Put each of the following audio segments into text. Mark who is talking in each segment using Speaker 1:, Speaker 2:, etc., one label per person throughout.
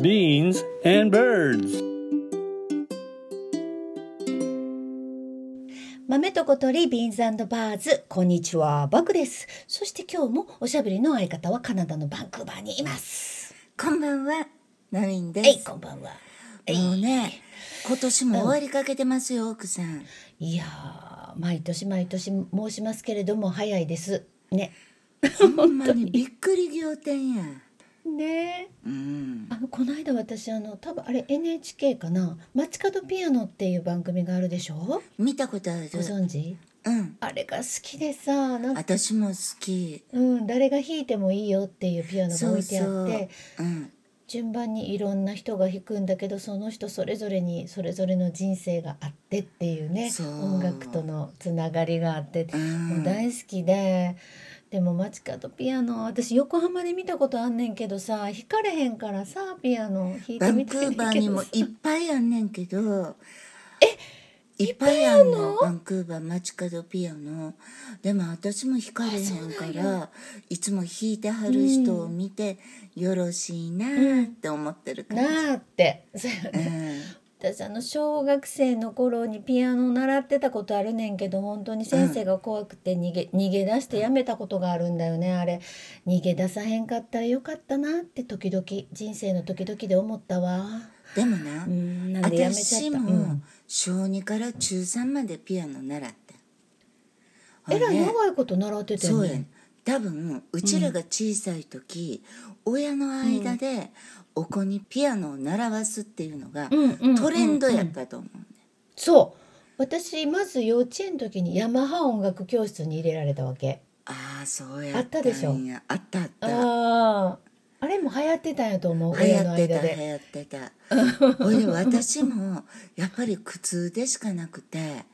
Speaker 1: Beans and birds.
Speaker 2: 豆と小鳥ビーンズバーズこんにちはバクですそして今日もおしゃべりの相方はカナダのバンクーバーにいます
Speaker 3: こんばんは、ナミンで
Speaker 2: えい
Speaker 3: す。
Speaker 2: こんばんはえい
Speaker 3: もうね、今年も終わりかけてますよ、奥さん。
Speaker 2: いやー毎年毎年申しますけれども早いですね
Speaker 3: ほんまにびっくり仰天や。
Speaker 2: ね
Speaker 3: うん。
Speaker 2: あのこの間私あの多分あれ NHK かな「街角ピアノ」っていう番組があるでしょ
Speaker 3: 見たことある
Speaker 2: ご。存知
Speaker 3: うん。
Speaker 2: あれが好きでさなんか、
Speaker 3: 私も好き。
Speaker 2: うん、誰が弾いてもいいよっていうピアノが
Speaker 3: そ
Speaker 2: 置
Speaker 3: う
Speaker 2: いて
Speaker 3: そ
Speaker 2: あって
Speaker 3: う。うん。
Speaker 2: 順番にいろんな人が弾くんだけどその人それぞれにそれぞれの人生があってっていうね
Speaker 3: そう
Speaker 2: 音楽とのつながりがあって、
Speaker 3: うん
Speaker 2: もう大好きででも街角ピアノ私横浜で見たことあんねんけどさ弾かれへんからさピアノ弾い
Speaker 3: バ
Speaker 2: てみ
Speaker 3: ンク
Speaker 2: たい
Speaker 3: ー
Speaker 2: ね
Speaker 3: バ
Speaker 2: ん
Speaker 3: ー
Speaker 2: け
Speaker 3: に
Speaker 2: ど
Speaker 3: も
Speaker 2: さ
Speaker 3: いっぱいあんねんけど。えいっぱいあんのバンクーバー街角ピアノでも私も弾かれへんからいつも弾いてはる人を見て、よろしいなーって思ってる感じ、
Speaker 2: なあってそうよ
Speaker 3: う
Speaker 2: ね
Speaker 3: ん
Speaker 2: 私あの小学生の頃にピアノを習ってたことあるねんけど本当に先生が怖くて逃げ,、逃げ出してやめたことがあるんだよねあれ逃げ出さへんかったらよかったなって時々人生の時々で思ったわ
Speaker 3: でもな、
Speaker 2: うんなんでやめちゃった
Speaker 3: 私
Speaker 2: う
Speaker 3: も
Speaker 2: ん
Speaker 3: 小2から中3までピアノ習って
Speaker 2: えらい
Speaker 3: ほんで
Speaker 2: 長いこと習ってた
Speaker 3: そ
Speaker 2: よ
Speaker 3: うやね
Speaker 2: ね
Speaker 3: ん多分うちらが小さい時、親の間でお子にピアノを習わすっていうのが
Speaker 2: うんうん
Speaker 3: トレンドやったと思うね、
Speaker 2: そう私まず幼稚園の時にヤマハ音楽教室に入れられたわけ
Speaker 3: ああそうやんや
Speaker 2: あったでしょ
Speaker 3: あったあった
Speaker 2: あーあれも流行ってたんやと思う
Speaker 3: 流
Speaker 2: 親の
Speaker 3: 行って
Speaker 2: 間
Speaker 3: た流
Speaker 2: で
Speaker 3: 行ってたほいで私もやっぱり苦痛でしかなくて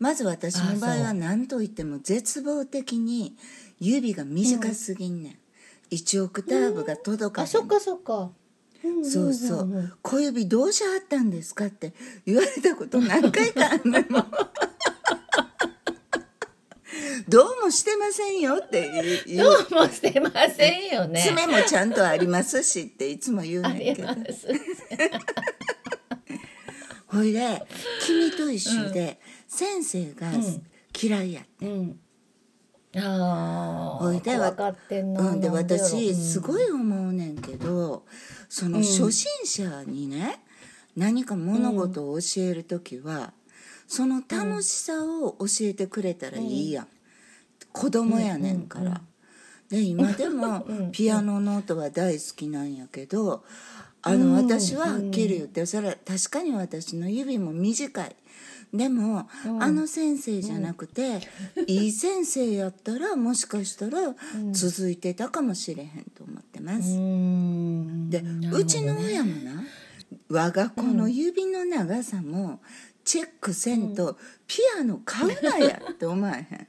Speaker 3: まず私の場
Speaker 2: あ
Speaker 3: 合
Speaker 2: そう
Speaker 3: は何と言っても絶望的に指が短すぎんねん、1オクターブが届か
Speaker 2: あ
Speaker 3: へん
Speaker 2: そっかそっかうんんんん
Speaker 3: そうそう,、小指どうしはったんですかって言われたこと何回かあんねんもん どうもしてませんよって言う
Speaker 2: どうもしてませんよね。
Speaker 3: 爪もちゃんとありますしっていつも言う
Speaker 2: あ
Speaker 3: ねん
Speaker 2: り
Speaker 3: けど
Speaker 2: ます。
Speaker 3: ほいで君と一緒で先生が嫌いやって、
Speaker 2: うん。ああ。
Speaker 3: ほいで
Speaker 2: 分かってんな。
Speaker 3: うん、で
Speaker 2: なんやろ
Speaker 3: 私す
Speaker 2: うん
Speaker 3: ごい思うねんけどその初心者にね、何か物事を教える時はその楽しさを教えてくれたらいいやん、子供やねんから。で今で もピアノの音は大好きなんやけどあの私ははっきり言ってそれは確かに私の指も短いでもあの先生じゃなくていい先生やったらもしかしたら続いてたかもしれへんと思ってま
Speaker 2: う
Speaker 3: す。
Speaker 2: ん。
Speaker 3: でうちの親もな我が子の指の長さもチェックせんとピアノ買うなやって思 わへん。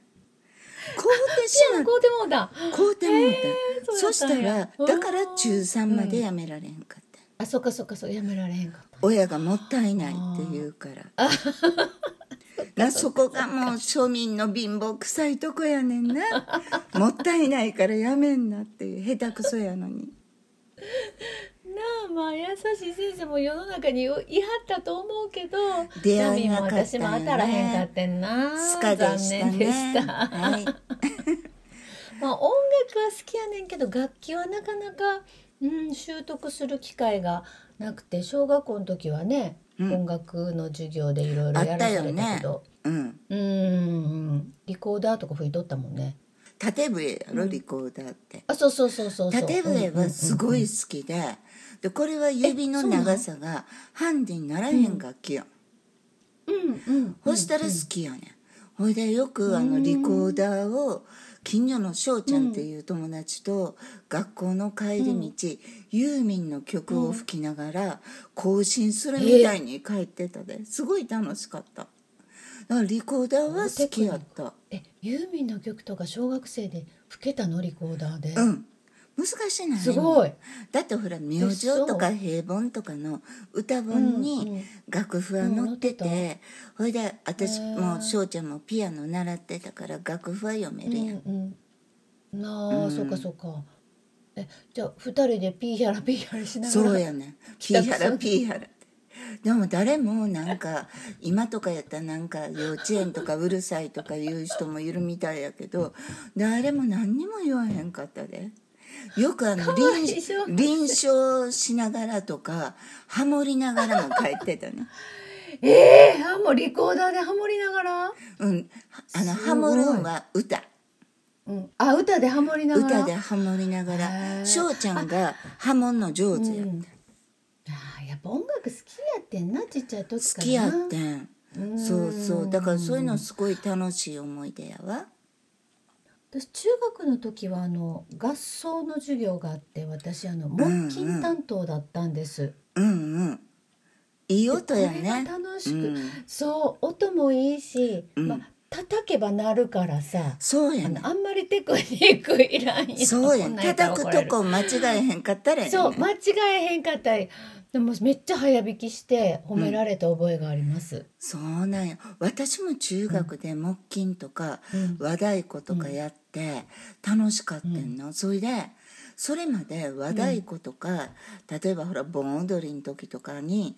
Speaker 3: 買うてしまっ
Speaker 2: こうでもだ。
Speaker 3: 買うてもうた、
Speaker 2: そ
Speaker 3: そうし
Speaker 2: だった
Speaker 3: た
Speaker 2: んや
Speaker 3: らだから中3までやめられへんかった、
Speaker 2: あ、そっかそっか、そう、やめられへんかった。
Speaker 3: 親がもったいないって言うから なそこがもう庶民の貧乏臭いとこやねん なもったいないからやめんなっていう下手くそやのに
Speaker 2: なあ、まあ、優しい先生も世の中にいはったと思うけど。
Speaker 3: 出会えなかったんや
Speaker 2: ナミも私
Speaker 3: ね
Speaker 2: も当たらへんかってんな。
Speaker 3: スカでした
Speaker 2: 残念
Speaker 3: ね
Speaker 2: でした。
Speaker 3: はい、
Speaker 2: まあ、音楽は好きやねんけど楽器はなかなか、うん、習得する機会がなくて小学校の時はね、
Speaker 3: うん
Speaker 2: 音楽の授業でいろいろ
Speaker 3: あ
Speaker 2: や
Speaker 3: っ
Speaker 2: ら
Speaker 3: た
Speaker 2: さ
Speaker 3: よ
Speaker 2: れた
Speaker 3: ね
Speaker 2: けど
Speaker 3: うん
Speaker 2: うんうんリコーダーとか吹いとったもんね
Speaker 3: 縦笛やろリコーダーって、
Speaker 2: あそうそうそうそうそう
Speaker 3: 縦笛はすごい好きで,、でこれは指の長さがハンディにならへん楽器やん
Speaker 2: うんうん
Speaker 3: ほしたら好きやねんほいでよくあのリコーダーを近所の翔ちゃんっていう友達と学校の帰り道、ユーミンの曲を吹きながら更新するみたいに帰ってたですごい楽しかっただからリコーダーは好きやった
Speaker 2: えユーミンの曲とか小学生で吹けたのリコーダーで、
Speaker 3: うん難しいな
Speaker 2: すごい
Speaker 3: だってほら明星とか平凡とかの歌本に楽譜は載ってて、
Speaker 2: うん載
Speaker 3: ほいで私
Speaker 2: へー
Speaker 3: も翔ちゃんもピアノ習ってたから楽譜は読めるやん、
Speaker 2: うんうん、なあ、
Speaker 3: うん
Speaker 2: そうかそうかえじゃあ二人でピーヒャラピーヒャラしながら
Speaker 3: そうやね んピーハラピーハラでも誰もなんか今とかやったらなんか幼稚園とかうるさいとか言う人もいるみたいやけど誰も何にも言わへんかったでよくあの
Speaker 2: わい
Speaker 3: 臨
Speaker 2: い小学生
Speaker 3: 臨床しながらとかハモりながらも帰ってたね、
Speaker 2: ええハモリコーダーでハモりながら
Speaker 3: うん、あの
Speaker 2: すごい
Speaker 3: ハモるんは歌
Speaker 2: うんあ歌でハモりながら
Speaker 3: 歌でハモりなが
Speaker 2: へー
Speaker 3: ら翔ちゃんがハモんの上手やった、
Speaker 2: うんああやっぱ音楽好きやってんなちっちゃい時
Speaker 3: 好
Speaker 2: から
Speaker 3: き
Speaker 2: な
Speaker 3: やってん
Speaker 2: うん
Speaker 3: そうそうだからそういうのすごい楽しい思い出やわ
Speaker 2: 私中学の時はあの合奏の授業があって私あの木琴担当だったんです、
Speaker 3: うんうんいい音や
Speaker 2: これ
Speaker 3: ね
Speaker 2: が楽しく、
Speaker 3: うん
Speaker 2: そう音もいいし、
Speaker 3: うん
Speaker 2: まあ叩けば鳴るからさ
Speaker 3: そうや
Speaker 2: あ
Speaker 3: ね
Speaker 2: のあんまりテクニックいらんよ
Speaker 3: そうや
Speaker 2: こん
Speaker 3: ね
Speaker 2: なんったら怒
Speaker 3: 叩く
Speaker 2: られ
Speaker 3: と
Speaker 2: る
Speaker 3: こ間違えへんかったらやね
Speaker 2: そう間違えへんかったりでもめっちゃ早弾きして褒められた覚えがあります、
Speaker 3: そうなんや私も中学で木琴とか
Speaker 2: うん
Speaker 3: 和太鼓とかやって楽しかったんの、それでそれまで和太鼓とか、例えばほら盆踊りの時とかに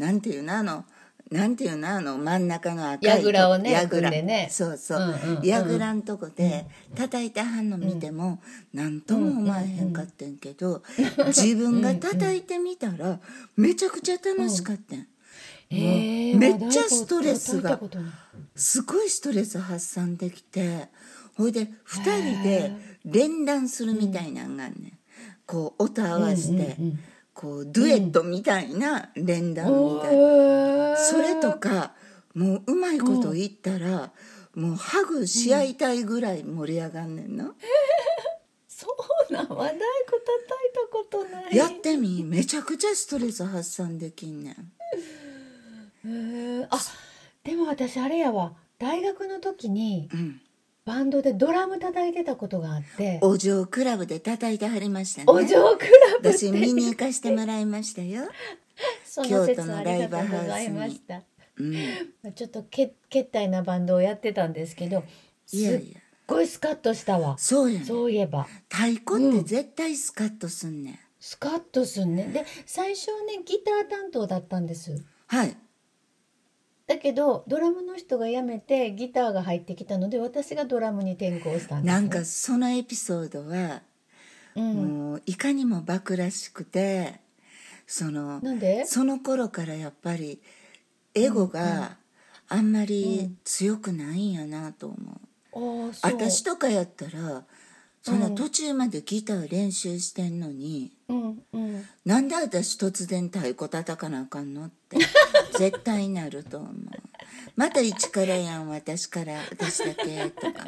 Speaker 3: なんていうのあのなんていうのあの真ん中の赤いと
Speaker 2: 櫓をね
Speaker 3: 櫓
Speaker 2: 組んでね
Speaker 3: そうそう
Speaker 2: うんうん
Speaker 3: 櫓、んとこで叩いてはんの見ても何とも思わへんかってんけど、自分が叩いてみたらめちゃくちゃ楽しかったん、
Speaker 2: え
Speaker 3: う
Speaker 2: ー
Speaker 3: んめっちゃストレスが
Speaker 2: 和太鼓叩いたことない
Speaker 3: すごいストレス発散できてほいで2人で連弾するみたいなんがあんねん、こう音合わせて、
Speaker 2: うんうんうん
Speaker 3: こうデュエットみたいな連弾みたいな、
Speaker 2: おー
Speaker 3: それとかもううまいこと言ったら、もうハグし合いたいぐらい盛り上がんねんな、
Speaker 2: そうなん和太鼓叩いたことない
Speaker 3: やってみめちゃくちゃストレス発散できんねん
Speaker 2: へーあでも私あれやわ大学の時に
Speaker 3: うん
Speaker 2: バンドでドラム叩いてたことがあって
Speaker 3: お嬢クラブで叩いてはりましたね
Speaker 2: お嬢クラブ
Speaker 3: 私見に行かしてもらいましたよ、
Speaker 2: その説ありがとうございました
Speaker 3: うん
Speaker 2: ちょっとけけったいなバンドをやってたんですけどす
Speaker 3: いやいや
Speaker 2: っごいスカッとしたわ
Speaker 3: そうやねん
Speaker 2: そういえば
Speaker 3: 太鼓って絶対スカッとすんねん、
Speaker 2: スカッとすんねで最初はねギター担当だったんです
Speaker 3: はい
Speaker 2: だけどドラムの人が辞めてギターが入ってきたので私がドラムに転向したんですね
Speaker 3: なんかそのエピソードは、
Speaker 2: うん
Speaker 3: もういかにもバクらしくてその
Speaker 2: なんで
Speaker 3: その頃からやっぱりエゴがあんまり強くないんやなと思う、
Speaker 2: あーそう
Speaker 3: 私とかやったらそんな途中までギター練習してんのに、
Speaker 2: うんうん
Speaker 3: なんで私突然太鼓叩かなあかんのって絶対なると思うまた一からやん私から私だけとか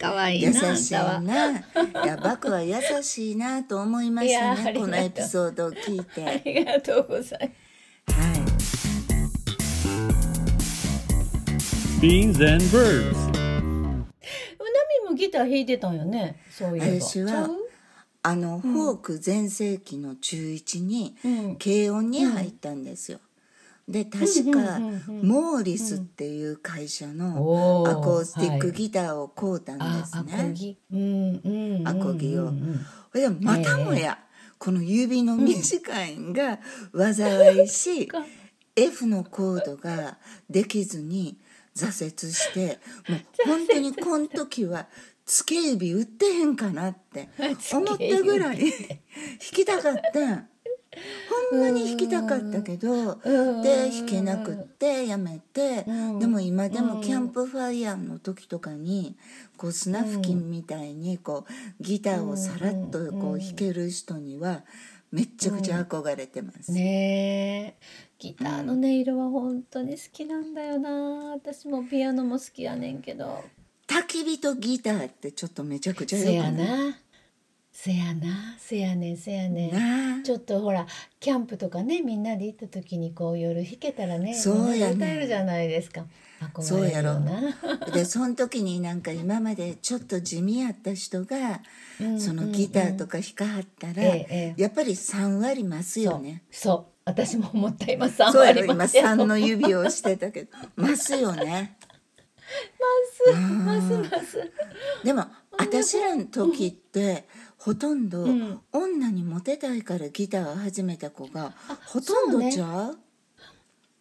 Speaker 2: 可愛い
Speaker 3: 優
Speaker 2: なあん
Speaker 3: しい
Speaker 2: たは。
Speaker 3: ないやバクは優しいなと思いまし
Speaker 2: いや
Speaker 3: た
Speaker 2: ありが
Speaker 3: ね
Speaker 2: とう
Speaker 3: このエピソードを聞いて
Speaker 2: あ
Speaker 3: はい
Speaker 2: りがとうございます。
Speaker 1: Beans and birds.
Speaker 2: ナミもギター弾いてたんよね。そういえば。
Speaker 3: 私は
Speaker 2: ちゃう
Speaker 3: あの、フォーク全盛期の中1に
Speaker 2: うん
Speaker 3: 軽音に入ったんですよ、で確か
Speaker 2: うんうんうんうん
Speaker 3: モーリスっていう会社の
Speaker 2: おー
Speaker 3: アコースティックギターを買うたんで
Speaker 2: あ、
Speaker 3: す
Speaker 2: ア
Speaker 3: ね、
Speaker 2: コギ。うんうんうん。
Speaker 3: アコギを
Speaker 2: うん
Speaker 3: ほいでまたもや、この指の短いんが災いし、
Speaker 2: か
Speaker 3: F のコードができずに挫折してもう本当にこの時は付け指打ってへんかなって思った ぐらい弾きたかったんほんまに弾きたかったけど
Speaker 2: うん
Speaker 3: で弾けなくってやめて
Speaker 2: うん
Speaker 3: でも今でもキャンプファイヤーの時とかにこうスナフキンみたいにこうギターをさらっとこう弾ける人にはめっちゃくちゃ憧れてます。
Speaker 2: ねえ。ギターの音色は本当に好きなんだよな。私もピアノも好きやねんけど。
Speaker 3: 焚き火とギターってちょっとめちゃくちゃ
Speaker 2: せ
Speaker 3: よ
Speaker 2: や
Speaker 3: くない
Speaker 2: な。せやな。せやねんせやねん。
Speaker 3: なあ
Speaker 2: ちょっとほらキャンプとかねみんなで行った時にこう夜弾けたらね
Speaker 3: そうやね
Speaker 2: みんなで歌えるじゃないですか
Speaker 3: そ
Speaker 2: 憧
Speaker 3: う
Speaker 2: れ
Speaker 3: や
Speaker 2: る
Speaker 3: ろ
Speaker 2: よな
Speaker 3: でその時になんか今までちょっと地味やった人が
Speaker 2: うん
Speaker 3: そのギターとか弾かはったら
Speaker 2: ええええ
Speaker 3: やっぱり3割増すよね
Speaker 2: そう私も思った今3
Speaker 3: そうや
Speaker 2: 割り
Speaker 3: ろ今
Speaker 2: ますよ
Speaker 3: 3の指をしてたけど増すよね
Speaker 2: ますますます
Speaker 3: でも私らの時って、ほとんど、
Speaker 2: うん
Speaker 3: 女にモテたいからギター始めた子が
Speaker 2: あ
Speaker 3: ほと
Speaker 2: そ
Speaker 3: ん
Speaker 2: う
Speaker 3: ど
Speaker 2: ね
Speaker 3: ちゃう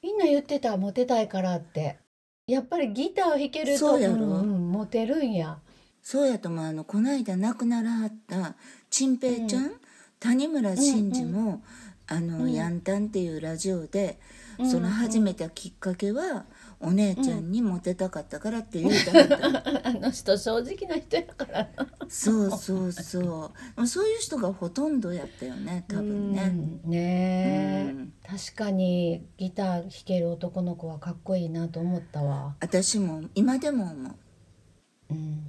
Speaker 2: みんな言ってたモテたいからってやっぱりギターを弾けると
Speaker 3: そうやろ
Speaker 2: んんモテるんや
Speaker 3: そう,、やともあのこないだ亡くならはった陳平ちゃん、谷村新司も、あの、
Speaker 2: うん
Speaker 3: ヤンタンっていうラジオで、
Speaker 2: うん
Speaker 3: その始めたきっかけは、お姉ちゃんにモテたかったからって言うたはったの
Speaker 2: あの人正直な人やからな
Speaker 3: そうそうそうそういう人がほとんどやったよね多分
Speaker 2: う
Speaker 3: ね
Speaker 2: んねえ、
Speaker 3: うん
Speaker 2: 確かにギター弾ける男の子はかっこいいなと思ったわ、
Speaker 3: 私も今でも思う
Speaker 2: うん、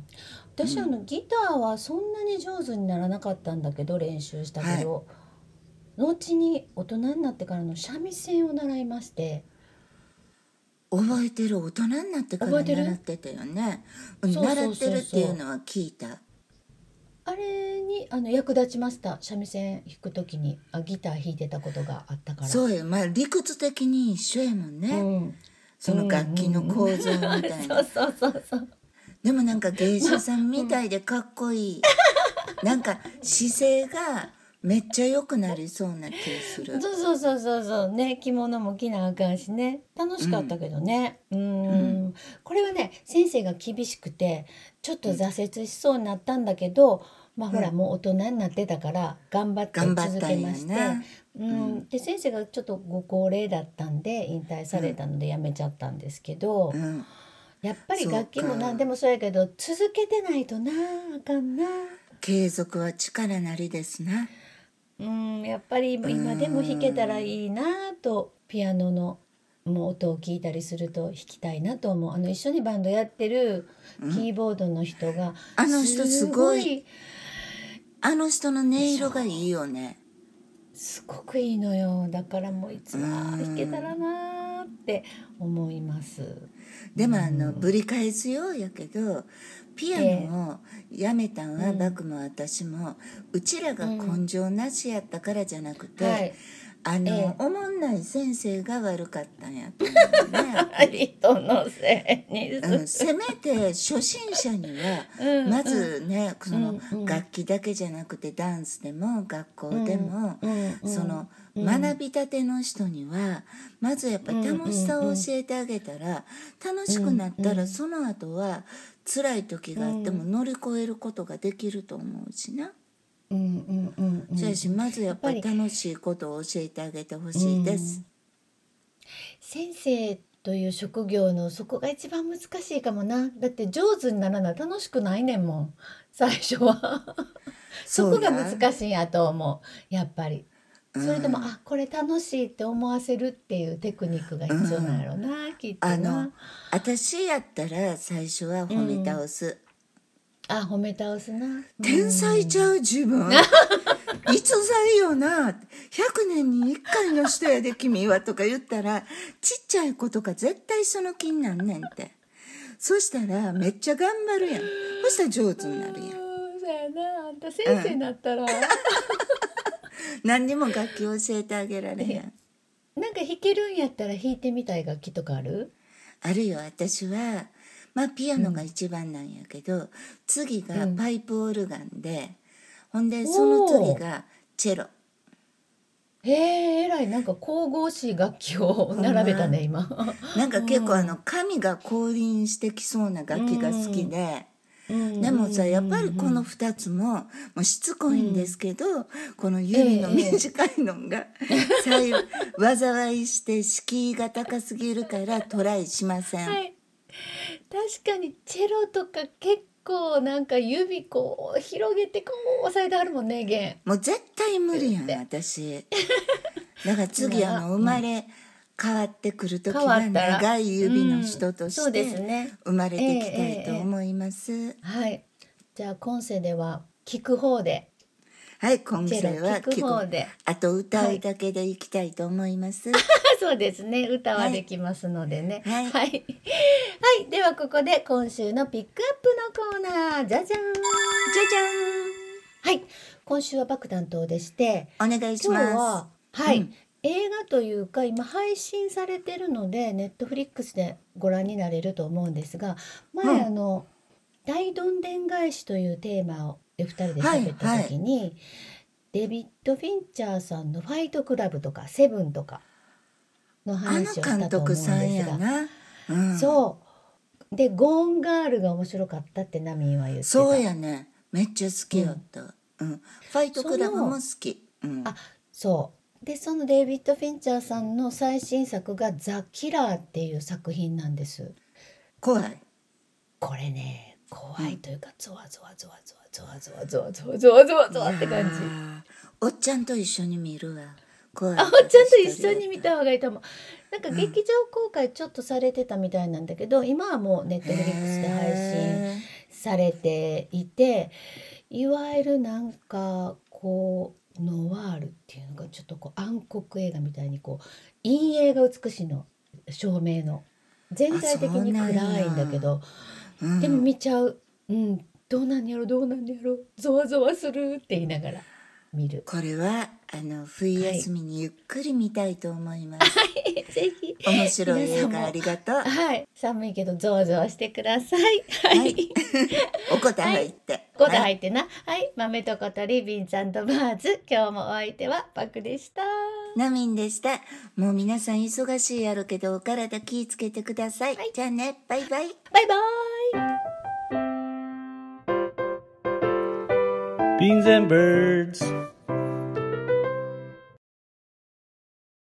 Speaker 2: 私、あのギターはそんなに上手にならなかったんだけど練習したけど、後に大人になってからの三味線を習いまして
Speaker 3: 覚えてる大人になってから
Speaker 2: 覚えてる
Speaker 3: 習ってたよねうん
Speaker 2: そうそうそ
Speaker 3: 習
Speaker 2: う
Speaker 3: っ
Speaker 2: そう
Speaker 3: てるっていうのは聞いた
Speaker 2: あれにあの役立ちました三味線弾く時にあギター弾いてたことがあったから
Speaker 3: そうよまあ理屈的に一緒やもんね、
Speaker 2: うん、
Speaker 3: その楽器の構造みたいな、
Speaker 2: そうそうそうそう
Speaker 3: でもなんか芸者さんみたいでかっ こいい、なんか姿勢がめっちゃ良くなりそうな気する
Speaker 2: そうそうそうそうそうね着物も着なあかんしね楽しかったけどねうんんこれはね先生が厳しくてちょっと挫折しそうになったんだけど、まあほら、もう大人になってたから頑張って
Speaker 3: 頑
Speaker 2: 続
Speaker 3: 張った
Speaker 2: け
Speaker 3: んや
Speaker 2: まして、
Speaker 3: ね
Speaker 2: うん、で先生がちょっとご高齢だったんで引退されたので辞めちゃったんですけど、
Speaker 3: うん
Speaker 2: やっぱり
Speaker 3: そうか
Speaker 2: 楽器も何でもそうやけど続けてないとなあかんな
Speaker 3: 継続は力なりですな
Speaker 2: うんやっぱり今でも弾けたらいいなとピアノのもう音を聞いたりすると弾きたいなと思うあの一緒にバンドやってるキーボードの人が、
Speaker 3: あの人すごいあの人の音色がいいよね
Speaker 2: すごくいいのよだからもういつもあー弾けたらなーって思います
Speaker 3: でもあのぶり返すようやけどピアノをやめたんはバクも私もうちらが根性なしやったからじゃなくて、
Speaker 2: はい
Speaker 3: あ
Speaker 2: え
Speaker 3: の、おもんない先生が悪かったんやと思うね
Speaker 2: 人のせいに する
Speaker 3: うん、せめて初心者には
Speaker 2: うん
Speaker 3: まずねその
Speaker 2: うんうん
Speaker 3: 楽器だけじゃなくてダンスでも学校でも
Speaker 2: うんうん
Speaker 3: その学びたての人にはまずやっぱ楽しさを教えてあげたら楽しくなったらその後は辛い時があっても乗り越えることができると思うしな。
Speaker 2: うんうんうんうん
Speaker 3: そやしまずやっぱり楽しいことを教えてあげてほしいです。
Speaker 2: 先生という職業のそこが一番難しいかもなだって上手にならな楽しくないねんもん最初は そこが難しいんやと思うやっぱりそれでも、あこれ楽しいって思わせるっていうテクニックが必要なんやろな、きっと
Speaker 3: あ
Speaker 2: な
Speaker 3: の私やったら最初は褒め倒す、
Speaker 2: あ褒め倒す な
Speaker 3: 天才ちゃう自分逸材よな100年に1回の人やで君はとか言ったらちっちゃい子とか絶対その気になんねんってそしたらめっちゃ頑張るやんそしたら上手になるやん
Speaker 2: うんそうやなあんた先生になったら、
Speaker 3: 何にも楽器教えてあげられへん
Speaker 2: なんか弾けるんやったら弾いてみたい楽器とかある
Speaker 3: あるよ私はまあピアノが一番なんやけど、次がパイプオルガンで、ほんでその次がチェロ
Speaker 2: へええらいなんか神々しい楽器を並べたね今。
Speaker 3: なんか結構あの神が降臨してきそうな楽器が好きで、でもさやっぱりこの2つももうしつこいんですけど、この指の短いのが、最後災いして敷居が高すぎるからトライしません、
Speaker 2: はい、確かにチェロとか結構なんか指こう広げてこう押さえてあるもんね弦
Speaker 3: もう絶対無理やん私だから次あの生まれ変わってくる時
Speaker 2: 変わ
Speaker 3: は
Speaker 2: ったら
Speaker 3: 長い指の人と
Speaker 2: うんそう
Speaker 3: し
Speaker 2: です
Speaker 3: て
Speaker 2: ね
Speaker 3: 生まれてきたいと思います、
Speaker 2: はいじゃあ今世では聞く方で
Speaker 3: はい、今
Speaker 2: チ
Speaker 3: 世
Speaker 2: ェロ
Speaker 3: は
Speaker 2: 聞く方で
Speaker 3: あと歌うだけでいきたいと思います。
Speaker 2: あそうですね歌はできますのでね
Speaker 3: はい
Speaker 2: はい、はいではここで今週のピックアップのコーナーじゃじゃーん
Speaker 3: じゃ
Speaker 2: はい今週は爆弾党でして
Speaker 3: じゃん、お願いし
Speaker 2: 今日
Speaker 3: ま
Speaker 2: ははい、
Speaker 3: うん
Speaker 2: 映画というか今配信されてるのでネットフリックスでご覧になれると思うんですが前、
Speaker 3: うん
Speaker 2: あの大どんでん返しというテーマをで2人で喋った時に、デビッド・フィンチャーさんの「ファイトクラブ」とか「セブン」とかの
Speaker 3: あの
Speaker 2: 話をした
Speaker 3: 監
Speaker 2: と思うん
Speaker 3: 督
Speaker 2: です
Speaker 3: さんや
Speaker 2: が、
Speaker 3: な、うん、
Speaker 2: そうで「ゴーン・ガール」が面白かったってナミンは言ってた
Speaker 3: そうやねめっちゃ好きやった、うんファイトクラブも好き、うん、
Speaker 2: あそうでそのデイビッド・フィンチャーさんの最新作が「ザ・キラー」っていう作品なんです
Speaker 3: 怖い
Speaker 2: これね怖いというかゾワゾワゾワゾワゾワゾワゾワゾワゾワゾワゾワって感じ
Speaker 3: いやーおっちゃんと一緒に見るわ怖い
Speaker 2: あおっちゃんと一緒に見た方がいいと思うなんか劇場公開ちょっとされてたみたいなんだけど、今はもうネットフリックスで配信
Speaker 3: へ
Speaker 2: されていていわゆるなんかこうノワールっていうのがちょっとこう暗黒映画みたいにこう陰影が美しいの照明の全体的に暗いんだけど
Speaker 3: ーうん
Speaker 2: でも見ちゃううんどうなんやろどうなんやろゾワゾワするって言いながら見る
Speaker 3: これはあの冬休みにゆっくり見たいと思います、
Speaker 2: ぜひ
Speaker 3: 面白い映
Speaker 2: 皆さん
Speaker 3: 画
Speaker 2: も
Speaker 3: ありがとう
Speaker 2: はい、寒いけどゾワゾワしてください。はい、
Speaker 3: はいお答え入って、
Speaker 2: ごだ入ってな、はい、豆とことリビンちゃんとバーズ、今日もお相手はパクでした。
Speaker 3: ナミンでしたもう皆さん忙しいやろけどお体気ぃつけてください、じゃあねバイバイ
Speaker 2: バイバイ。
Speaker 1: Beans and birds.